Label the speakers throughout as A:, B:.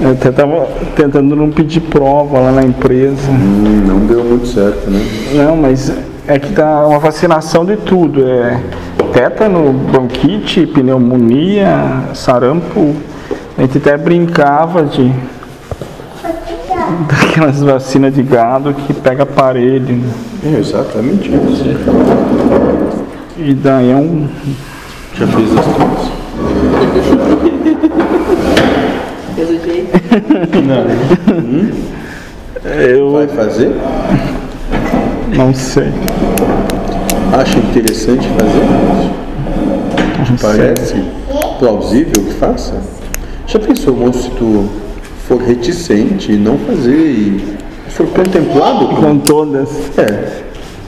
A: Eu tentava tentando não pedir prova lá na empresa.
B: Hum, não deu muito certo, né?
A: Não, mas é que tá uma vacinação de tudo. É tétano, bronquite, pneumonia, sarampo. A gente até brincava de daquelas vacinas de gado que pega parede. né?
B: É, exatamente isso.
A: E daí é um.
B: Já fiz as coisas.
C: Pelo jeito.
B: Não.
A: Eu
B: Vai fazer?
A: não sei.
B: Acha interessante fazer? Parece plausível que faça? Já pensou, moço, se tu for reticente e não fazer e for contemplado? Com...
A: Com todas.
B: É,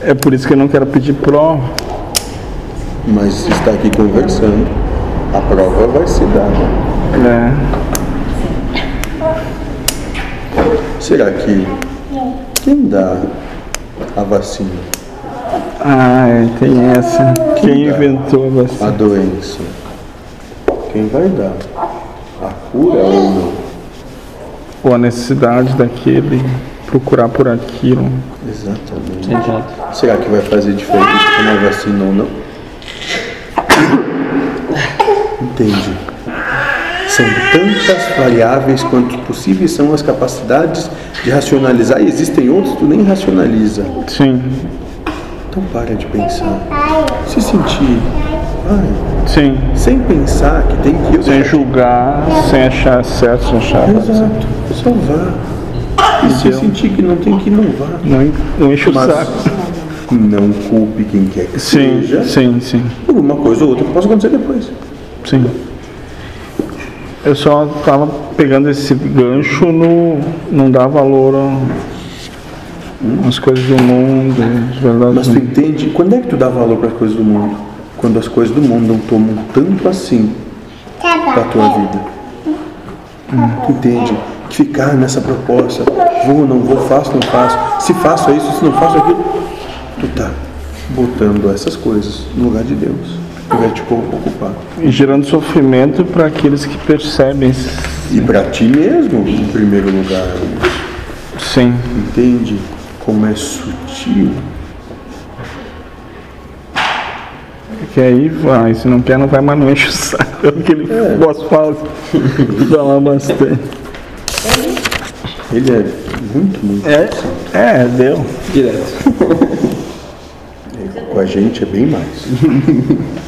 A: É por isso que eu não quero pedir prova.
B: mas está aqui conversando. A prova vai se dar. né?
A: né?
B: Será que quem dá a vacina?
A: Ah, é, tem essa. Quem inventou a
B: a
A: vacina?
B: doença. Quem vai dar? A cura ou não?
A: Ou a necessidade daquele procurar por aquilo.
B: Exatamente. Será que vai fazer diferente tomar vacina ou não? Entendi. São tantas variáveis quanto possíveis são as capacidades de racionalizar e existem outros que tu nem racionaliza.
A: Sim,
B: Então para de pensar. Se sentir ai,
A: sim.
B: sem pensar que tem que eu
A: Sem julgar, sem achar certo, sem achar errado.
B: Exato, só vá. E se sentir que não tem que não vá.
A: Não, en- não enche o
B: Mas
A: saco.
B: não culpe quem quer que
A: Sim,
B: seja
A: sim, sim,
B: por uma coisa ou outra que possa acontecer depois.
A: sim. Eu só tava pegando esse gancho no. não dar valor a- às coisas do mundo, de verdade.
B: Mas tu entende? Quando é que tu dá valor para as coisas do mundo? Quando as coisas do mundo não tomam tanto assim da tua vida. Tu entende? Que ficar nessa proposta, vou, não vou, faço, não faço, se faço isso, se não faço aquilo, tu tá botando essas coisas no lugar de Deus. Tu vai te ocupar.
A: E gerando sofrimento para aqueles que percebem. s-
B: E para ti mesmo, em primeiro lugar.
A: Sim,
B: Entende como é sutil?
A: que aí vai, se não quer, não vai, mas não enche o saco. É o que ele gosta de falar, falar bastante.
B: Ele é muito, muito.
A: É, é, deu.
B: Com a gente é bem mais.